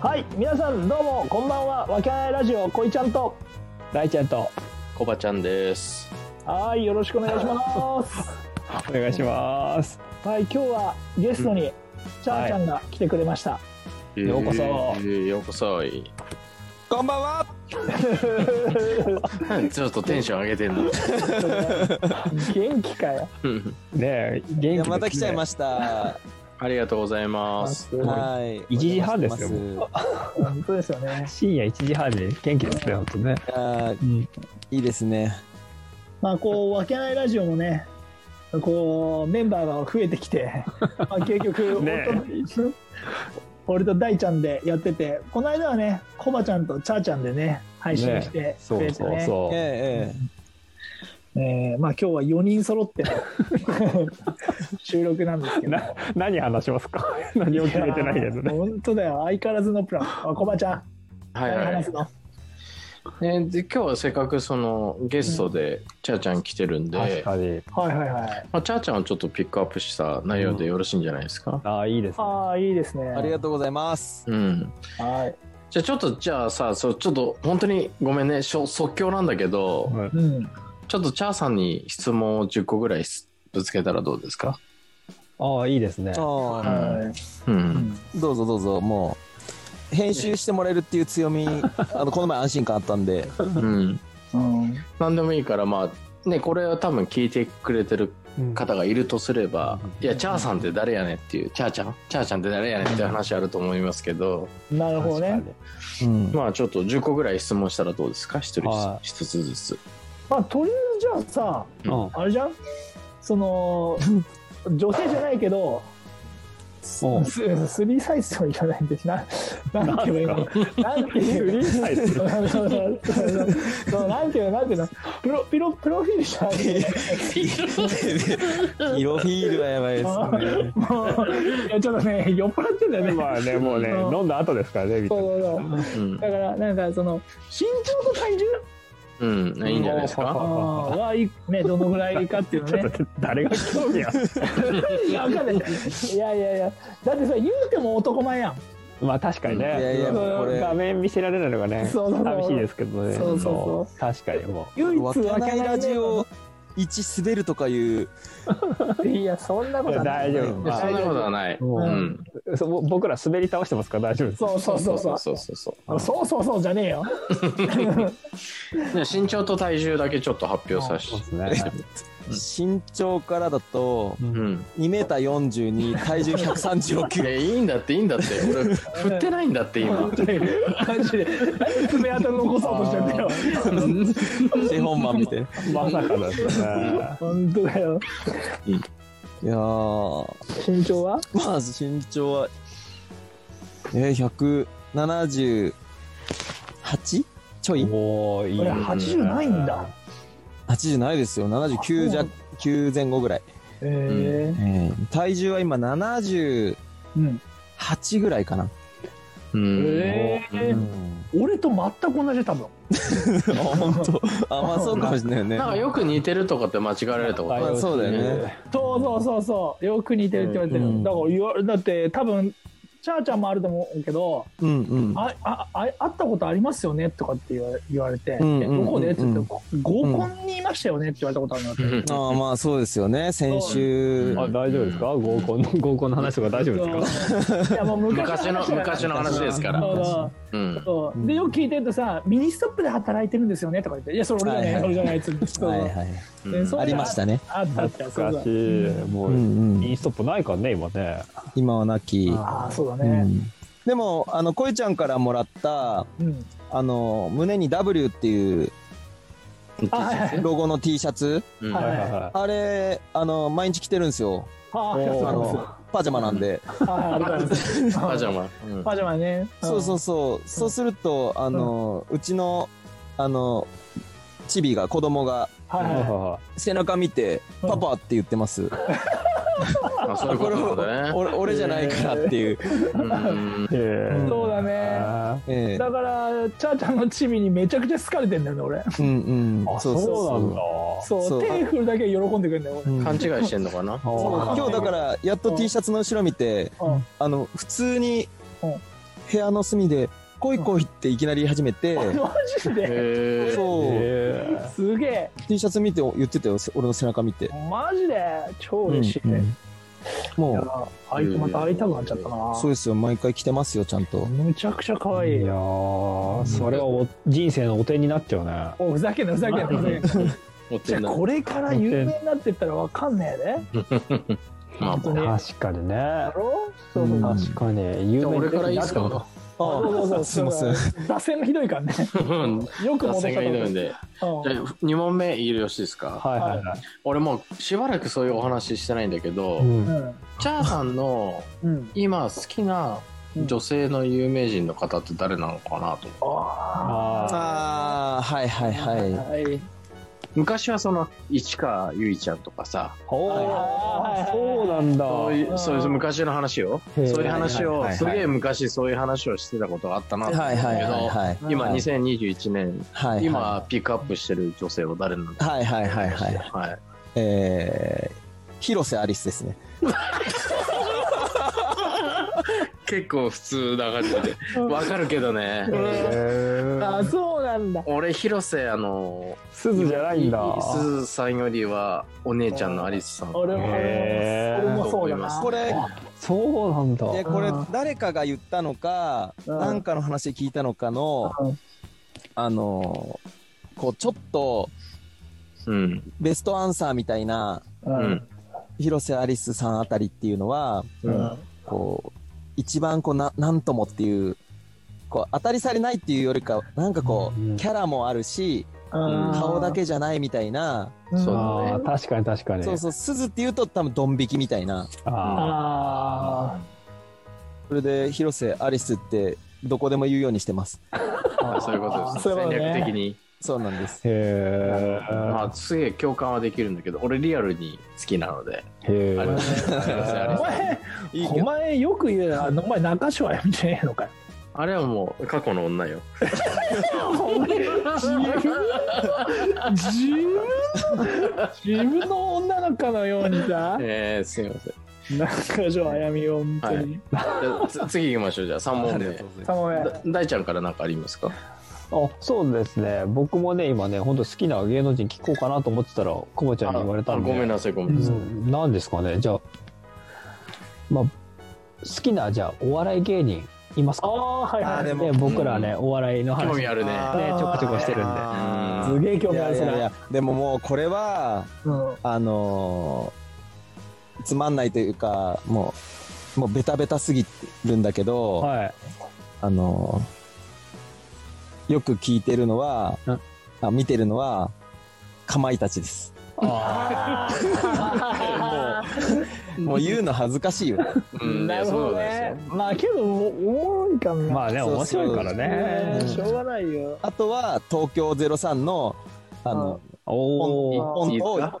はい皆さんどうもこんばんはわけあいラジオこいちゃんと大ちゃんとコバちゃんです。はいよろしくお願いします お願いします。はい今日はゲストにチャーちゃんが来てくれました、 ようこそえーようこそ。こんばんは。 ちょっとテンション上げてんの。 元気かよねえ、元気いでやすねまた来ちゃいま した。ありがとうございます。はい。 1時半ですよお邪魔してま本当ですよね深夜1時半で元気ですね、ほんとね。す。あーうん。いいですね。まあこうわけあいラジオもねこうメンバーが増えてき て、まあ、結局、ね俺と 俺と大ちゃんでやっててこの間はねコバちゃんとチャーちゃんでね配信してそくれうてそうねそう。えええーまあ今日は4人揃って の収録なんですけどな何話 しますか何も決めてないですやーね。本当だよ相変わらずのプランあコバちゃんはい何はい話。すの、えーで今日はせっかくそのゲストでチャーちゃん来てるんで、確かに。はいはいはいまあチャーちゃんをちょっとピックアップした内容でよろしいんじゃないですか。ああ、いいですね。ああいいですねありがとうございます。うん。はいじゃあちょっとじゃあさ、そうちょっと本当にごめんね、しょ即興なんだけど、うんうんちょっとチャーさんに質問を10個ぐらいすぶつけたらどうですか。ああ、いいですね。あはう。い、うんんーどうぞどうぞもう編集してもらえるっていう強み、あのこの前安心感あったんで。うん。うん何でもいいからまあねこれは多分聞いてくれてる方がいるとすれば「ういやチャーさんって誰やねん」っていう「チャーちゃんチャーちゃんって誰やねん」っていう話あると思いますけどなるほどね確かに。うん。まあちょっと10個ぐらい質問したらどうですか一人は一つずつ。まあとりあえずじゃあさうん。あれじゃんその女性じゃないけどス おうススリーサイズといかないんですな。 なんて言えばいいのなんて言えばいいのスリーサイズそうそうそうそうなんていうのなんていうのプロピロプロフィールじゃなくて色フィールはやばいですね。もういやちょっとね酔っ払ってんだよねまあね、もうね、うん飲んだ後ですからね、みたいな。そうそうそううんだからなんかその身長と体重うんいいんじゃないですああか。ーはいねどのぐらいかっていうのち ょっねと誰が興味 あるいやわかんないいやいやいやだってさ言うても男前やんまあ確かにね。いやいやもうこれ画面見せられないのがね、そうそうそう寂しいですけどね。そうそうそう確かにもう。唯一わけないラジわオ一滑るとかいう。けないいやそんなことはない大丈夫いやそんなことはない。もううんそう僕ら滑り倒してますから大丈夫です。そうそうそうそうそうそうそうそうそうそうじゃねえよね身長と体重だけちょっと発表させそうてですね。身長からだとうん2メーター42、体重136キい ロ。やいいんだっていいん だって俺振ってないんだって今マジで爪痕残そうとしてんだよシェホンマンみたいな。 まさかですね。本当だよいやー、身長はまあ身長は、えー、178? ちょいおおいい、俺80ないんだ。 ?80 ないですよ。79弱、9前後ぐらい。え体重は今78えうんぐらいかな。うんええ俺と全く同じ多分あ、本当。あ、まあそうかもしれないよね。なんかよく似てるとかって間違われるとかまあそうだよね。そうそうそうそうよく似てるって言われてうんるだから言わだって多分チャーちゃんもあると思うけどうんうん。あああ会ったことありますよねとかって言わ言われてうんえどこでって言ってうん合コンにいましたよねって言われたことあるんだってうんあまあそうですよね。先週うんあ大丈夫ですか合コンの合コンの話とか大丈夫ですか？いやもう昔の昔の話ですから。そうう。そうんそうでよく聞いてるとさ「ミニストップで働いてるんですよね」とか言って「いやそれ俺じゃない、はいはいそれじゃない」っつってそうはいはい。うんそうありましたね。あったあったそう懐だかしい。もうう、んうイん。ンストップないからね今ね。今はなき。ああそうだうねんでも、あの、こいちゃんからもらった、うんあの、胸に W っていうあはいはいロゴの T シャツ、うんはいはいはいはあれ、あの、毎日着てるんですよ。ああおーそうあなんですの、パジャマなんで。はいありがとうございますパジャマ。うんパジャマねそうそううそう。そうすると、あの、うちの、あの、チビが、子供が、はいいはいはは背中見て、うんパパって言ってます。あそういうこれとだね。俺俺じゃないからっていう。うんい。へいーそうだねあええだからチャーちゃんのチビにめちゃくちゃ好かれてんだよね俺うんうんー。あそうなんだ。そそうう手振るだけで喜んでくれんだようん勘違いしてんのかな。あー今日だからやっと T シャツの後ろ見て俺うんあの普通にうん部屋の隅で、来い来いっていきなり言い始めて、マジでへえそう、えすげえ T シャツ見て言ってたよ、俺の背中見て。マジで超嬉しい、うんいもやう、あいまた会いたくなっちゃったな、そうですよ、毎回着てますよ、ちゃんと。むちゃくちゃ可愛いいやーそれはお人生のお手になっちゃうねおふざけんなふざけんなふざけんな持っじてゃあんなこれから有名になってったらわかんねえねまあ本当に確かにだねろそうそううん確かに有名俺からいいですになかあそうそうあ、すいま せん。ん打線がひどいからねよく脱戻った線とがいい思ううのでんじゃあ2問目いるよしですか、はいはいはい俺もうしばらくそういうお話ししてないんだけど、うんチャーさんのうん今好きなうん女性の有名人の方って誰なのかなと思ってあーああ、はいはいはい。はい昔はその市川由衣ちゃんとかさおはいはいはいーそうなんだそういうそういう昔の話をへーそういう話はいはをいはいすげえ昔そういう話をしてたことがあったなはとい思うんはだいはいけはい。ど今はい2021年はい。今ピックアップしてる女性は誰なのかはいはいはいはい。はいえー、広瀬アリスですね。結構普通な感じでわかるけどねあすそうなんだ俺広瀬あのずじゃないんだすずさんよりはお姉ちゃんのアリスさん俺もへー俺もそうだなこれ、そうなんだでこれ誰かが言ったのか、うんなんかの話聞いたのかの、うんあのーこうちょっとうんベストアンサーみたいなううんん広瀬アリスさんあたりっていうのはうんこう一番こうななんともっていうこう当たりされないっていうよりかなんかこう、うんキャラもあるしうん顔だけじゃないみたいな、そうだねあー確かに確かにそうそう鈴っていうと多分ドン引きみたいなああそれで広瀬アリスってどこでも言うようにしてますまあそういうことですそういうことね戦略的にそうなんですーへまあすげえ共感はできるんだけど俺リアルに好きなのでえへえあれですあお前いいけお前よく言うなあの前中島やみてねえのかよあれはもう過去の女よお前自分自分自分の女の子のようにさ えー、すいません中条あやみを本当にじゃあつ次行きましょうじゃあ3問目頼むだ大ちゃんから何かありますかあそうですね僕もね今ね本当好きな芸能人聞こうかなと思ってたらコボちゃんに言われたんであごめんなさいごめんなさい、うんなんですかねじゃあまあ好きなじゃあお笑い芸人いますあかあはいあはーいでもで僕らね、うお笑いの興話味あるねあねちょこちょこしてるんであーすげえ興味いあやるいそれやいやでももうこれはうんあのーつまんないというかもうもうベタベタすぎるんだけど、はいあのーよく聞いてるのはうんあ見てるのはかまいたちですあもう言うの恥ずかしいよねうん、いなやるそほうどなんですねよまあけどおおもろいかもーな まあね面白いからねねしょうがないよあとは東京03のあのおお本いいですをか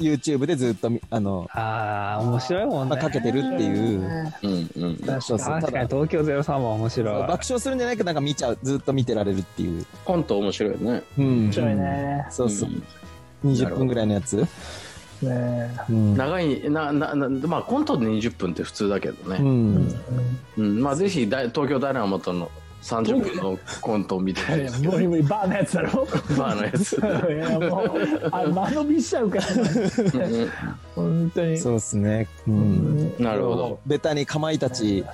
YouTube でずっとみあの、あー面白いもんまねあ、かけてるっていううんうんうんそうそう確かに東京03は面白い爆笑するんじゃないけどなんか見ちゃうずっと見てられるっていう、コント面白いよねうん、面白いねそうそう、ん20分ぐらいのやつ、ねうん長いなななまあコントで20分って普通だけどうね、んうんまあぜひ大東京ダイナマトの30分のコントを見てほしいえですけど無理無理バーのやつだろバーのやついやもうあ間延びしちゃうから本当にそうですね。う。うんんなるほど。ベタにかまいたちうん。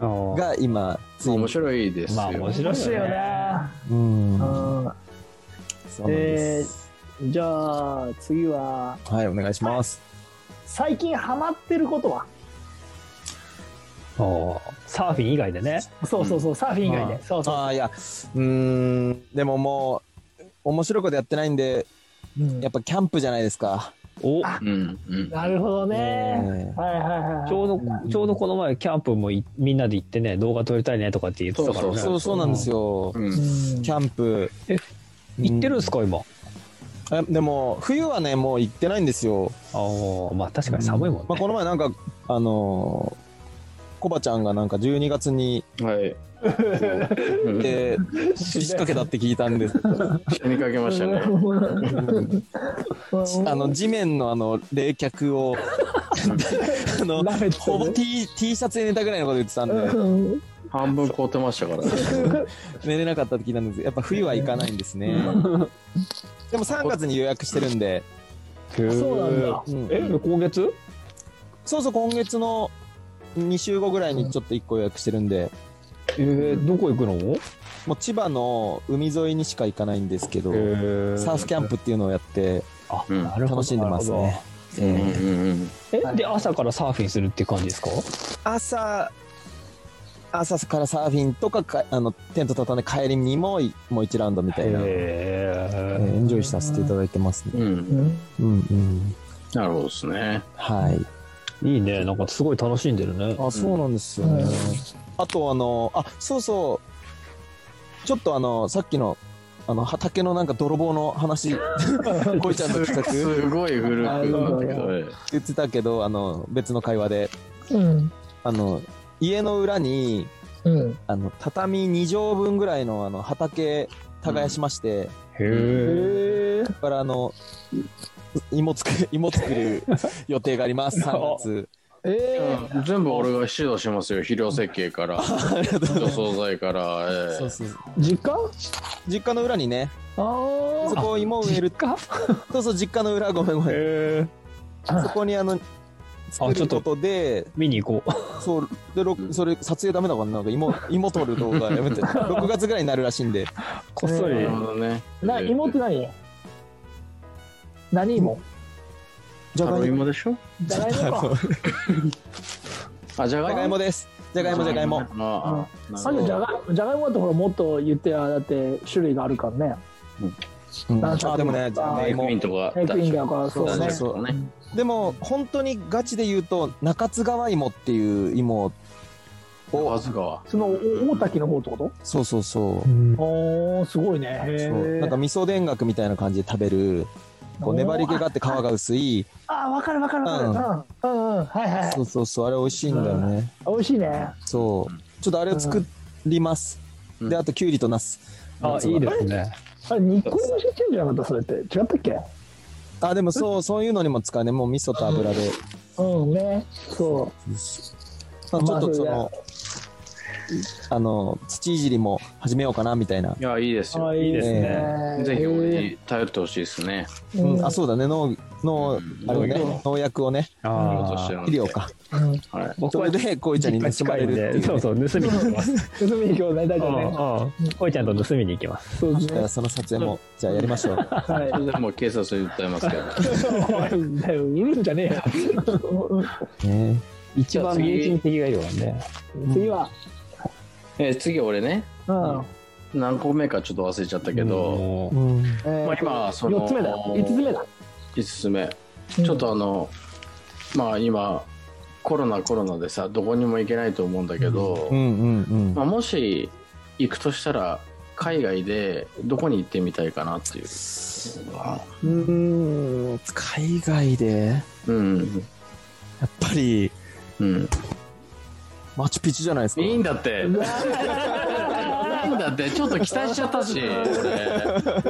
おーが今、つい面白いですよ。まあ面白面い白いよねうん。うんそうなんです。じゃあ次ははい、お願いします。最近ハマってることはおーサーフィン以外でねそうそうそう、サーフィン以外あでーそうそうああ、いや、うん、でももう、面白いことやってないんで、うんやっぱキャンプじゃないですか。おうんうん。なるほどねねはいはいはいはいちょうどちょうどこの前キャンプもいみんなで行ってね動画撮りたいねとかって言ってたからうねんそう、そうなんですよ。うんうんキャンプ。え行ってるんすか今うんえでも、冬はね、もう行ってないんですよ。ああまあ確かに寒いもんね、まあ、この前なんか、あのー、コバちゃんがなんか12月にはい。行 って、仕掛けたって聞いたんですけど、死にかけましたね。あの、地面のあの、冷却をあの、 舐めてほぼね T, T シャツで寝たぐらいのこと言ってたんで、うん半分凍ってましたからね。寝れなかったって聞いたんですけどやっぱ冬は行かないんですね。でも3月に予約してるんで、そうなんだうんえ今月そうそう、今月の2週後ぐらいにちょっと1個予約してるんで、えー、どこ行くのもう千葉の海沿いにしか行かないんですけど、えサーフキャンプっていうのをやって、あ、うんなるほど楽しんでますね。うんえーうんなるほどえで朝からサーフィンするっていう感じですか朝、朝からサーフィンとかかあのテント畳んで帰りにもいもう1ラウンドみたいな、えーエえンジョイさせていただいてますね。うんうん。うんうん、なるほどですね。はい。いいねなんかすごい楽しんでるねあ、そうなんですよね。あとあの、あ、そうそう。ちょっとあの、さっきの、あの、畑のなんか泥棒の 話、こいちゃんの企画すごい古くあのー言ってたけど、あの、別の会話で、うんあの、家の裏に、うんあの、畳2畳分ぐらいのあの、畑、耕しまして、へえへえこれからあの、芋作る、 芋作る予定があり ます、3月。えうん全部俺が指導しますよ。肥料設計から、ありがとうござい除ます。草剤から、え そうそうそう実家実家の裏にね、あそこを芋を植える。かそうそう、実家の裏、ごめんごめへん。えそこにあの、作ちょっるとことで、見に行こ そう、で、ろくそれ、撮影ダメだからな、なんか芋、芋取る動画やめ て、6月ぐらいになるらしいんで、うこっそえりなるほどね。なええ芋って何何芋じゃタがロいも、芋でしょじゃがい もかあ、じゃじゃががいいももです。じゃがいも、じゃがいも。ああなあるのほじどゃがじゃがいもだってほらもっと言ってやだって種類があるからねうんなんかあ、でもね、じゃあがエいクもイ。ンとかエクインだからそそううそうねそうだねでも、本当にガチで言うと、中津川芋っていう芋おをあ、ずかはそのお大滝の方ってこそうそうそとおーすごいねへう。えそうなんか味噌田楽みたいな感じで食べる、こう粘り気があって皮が薄い、ああわかるわかるわかるうんうんうんはいはいそうそうそう、あれ美味しいんだよね。美味しいねそう。ちょっとあれを作ります。うんで、あと、きゅうりとナス。あいいですねあれ日光蒸しチェンじゃなかったそれって違ったっけあ、でもそう、そういうのにも使うね。もう味噌と油で。うんねそまあ、ちょっとそまの、あの、土いじりも始めようかな、みたいな。いや、いいですうよ。いいいですねぜひ俺に頼ってほしいですね。うん、あ、そうだね。農、農、あれをね、農薬をね、やろうとしてるあんで肥料か。うんはい。それで、こいちゃんに盗まれるっていう、ね。 そうそう盗みに行きます盗みに行き大う丈夫ねんうんこいちゃんと盗みに行きますそうですだからねその撮影も、じゃあやりましょう。 はいそれでもう警察に訴えますけど。 だよ売るんじゃねえよね、一番身内に敵がいるからね次はえー次俺ね、うん何個目かちょっと忘れちゃったけど、どうん。えまあー今、その、四つ目だ五つ目だ5つ目。うんちょっとあの、まあ今、コロナコロナでさ、どこにも行けないと思うんだけどう、んうんまあ、もし行くとしたら、海外でどこに行ってみたいかなっていう。うん。うん。海外で、うん。やっぱり、うん。マチュピチュじゃないですか。いいんだって。いいんだって。ちょっと期待しちゃったし、俺。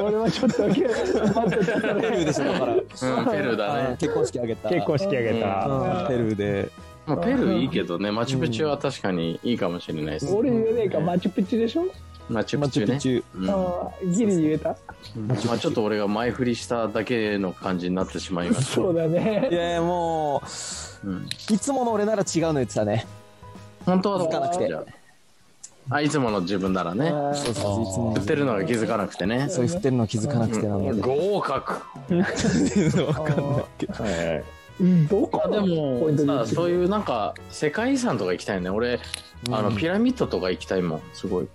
俺はちょっと待ってペルーでしょ、だから。うん、ペルーだあねー。結婚式あげた。結構引き上げうたんペルーで。まあ、ペルーいいけどね、マチュピチュは確かにいいかもしれないです。俺言えねえかマチュピチュでしょマチュマピチチュュピね。チュ。うんあーギリ言えたまあ、ちょっと俺が前振りしただけの感じになってしまいましそうだいねやいやもた。うん、う、いつもの俺なら違うの言ってたね。本当はどう気づかなくてじゃああいつもの自分ならね。あーそうそう、いつも振っ。てるのが気づかなくてね。そういう振ってるの気づかなくてなうのんで。合格。わかんないけど。どこでのポイントも、さにそういうなんか世界遺産とか行きたいね。俺、あのピラミッドとか行きたいもん。すごい。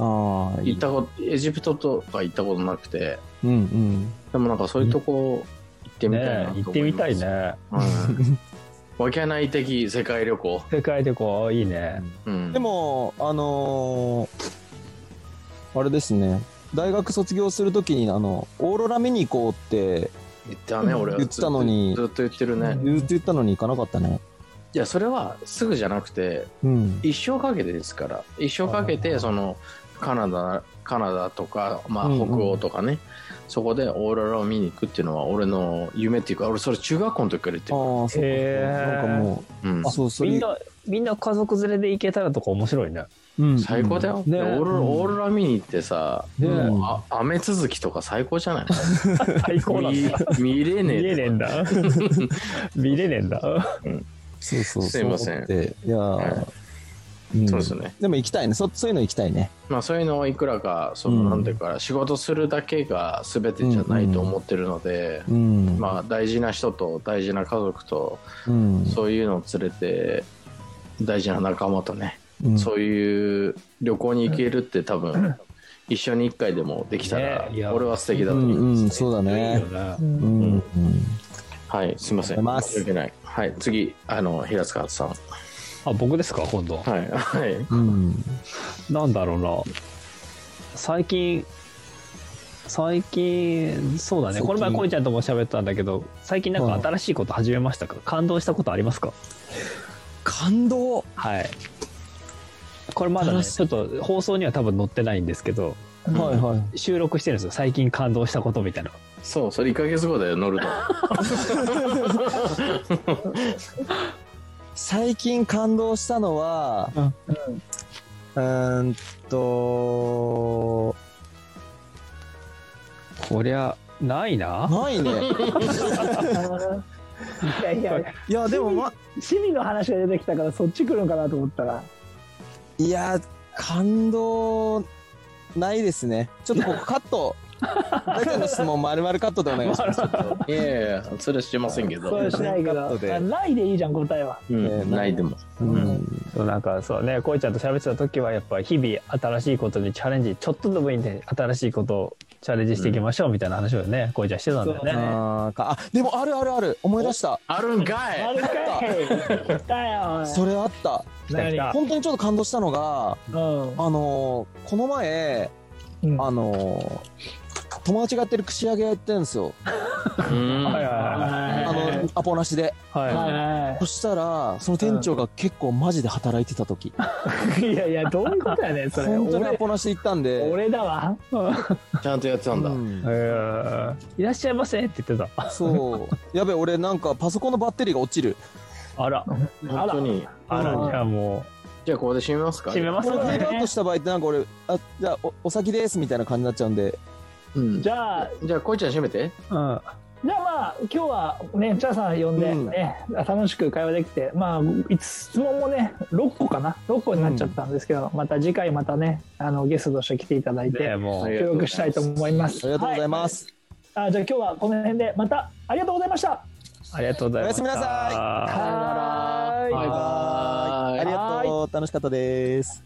ああ、行いっい。たこと、エジプトとか行ったことなくて、うんうん。でもなんかそういうとこ行ってみたいなねと思います行ってみたい。ねうん。わけない的世界旅行。世界でこういいねうん。でも、あのー、あれですね。大学卒業するときに、あの、オーロラ見に行こうって、言ったね、俺は言ってたのにずっとずっと言ってるね。ずっと言ったのに行かなかったね。いや、それはすぐじゃなくて、うん。一生かけてですから一生かけてそのカナダカナダとか、まあ、うんう北ん欧とかね、そこでオーロラを見に行くっていうのは俺の夢っていうか俺それ中学校の時から言ってあある、そうかへーなんかもうんう、そう、そみんれ、な、みんな家族連れで行けたらとか面白いね。うん最高だよ、ねでオーロラオーロラ見に行ってさ、ねもうあ雨続きとか最高じゃ ない最高なんだ。見見れ見ねえれねえんだ。見れねえんだ。そうそう。すいませんそう思っていやーうんそうですねでも行きたいね。そそういうの行きたいね。まあそういうのをいくらかその、うんなんていうか仕事するだけが全てじゃないと思ってるので、うん。まあ大事な人と大事な家族とうんそういうのを連れて大事な仲間とね、うんそういう旅行に行けるって多分一緒に一回でもできたらねいや俺は素敵だうと思いんます、うん、そうだいいよね。な。うんん。はいすいませあんりがとうございます申し訳ないはい次あの平塚さんあ、僕ですか、今度。はいはいうん。なんだろうな。最近、最近、そうだね。最近この前、こいちゃんとも喋ったんだけど、最近なんか新しいこと始めましたか感動したことありますか感動はい。これまだね、新しいちょっと放送には多分載ってないんですけど、はいはい。収録してるんですよ。最近感動したことみたいな。そうそれ1ヶ月後だよ乗 ると最近感動したのは、うんうーんと、こりゃ、ないな。ないね。いやいやいやいや、でもま、趣味の話が出てきたからそっち来るんかなと思ったらいや、感動、ないですね。ちょっとここカット。大体の質問丸々カットでお願いし ます。いやいやそれはしてませんけど、そうしないけどカットであないでいいじゃん答えはうんえーないでもうんそうなんかそうね、こいちゃんと喋ってた時は、やっぱ日々新しいことにチャレンジ、ちょっとでもいいんで、新しいことをチャレンジしていきましょうみたいな話をね、こいちゃんしてたんだよね。あーかあでもあるあるある思い出したあるんかあいるかい来たよおいそれあった来た来た。本当にちょっと感動したのがうんあのーこの前うんあのー友達がやってる串揚げ屋やってるんですうよんはいはいはいあはいのアポなしではい。はいはそしたらその店長が結構マジで働いてた時いいやいやどういうことやねんそれ本当にア俺ポなしで行ったんで俺だわちゃんとやってたうんだ、んえーいらっしゃいませって言ってそうやべ俺なんかパソコンのバッテリーが落ちるた。あら、あ本ら当にあら、じゃあもじゃあここで締めますう、か閉めますこれフェードアウトねした場合ってなんか俺あじゃあおお先ですみたいな感じになっちゃうんでうんじゃあじゃあこいちゃん締めてじうん。ゃあまあ今日はねチャーさん呼んで、うんね楽しく会話できてまあいつ質問もね6個かな6個になっちゃったんですけど、また次回またねあのゲストとして来ていただいて、で、もはうい、記録したいと思いますありがとうございます、はいあじゃあ今日はこの辺でまたありがとうございましたありがとうございます。おやすみなさいいさよならはーいバイバイ。ありがとう。楽しかったです。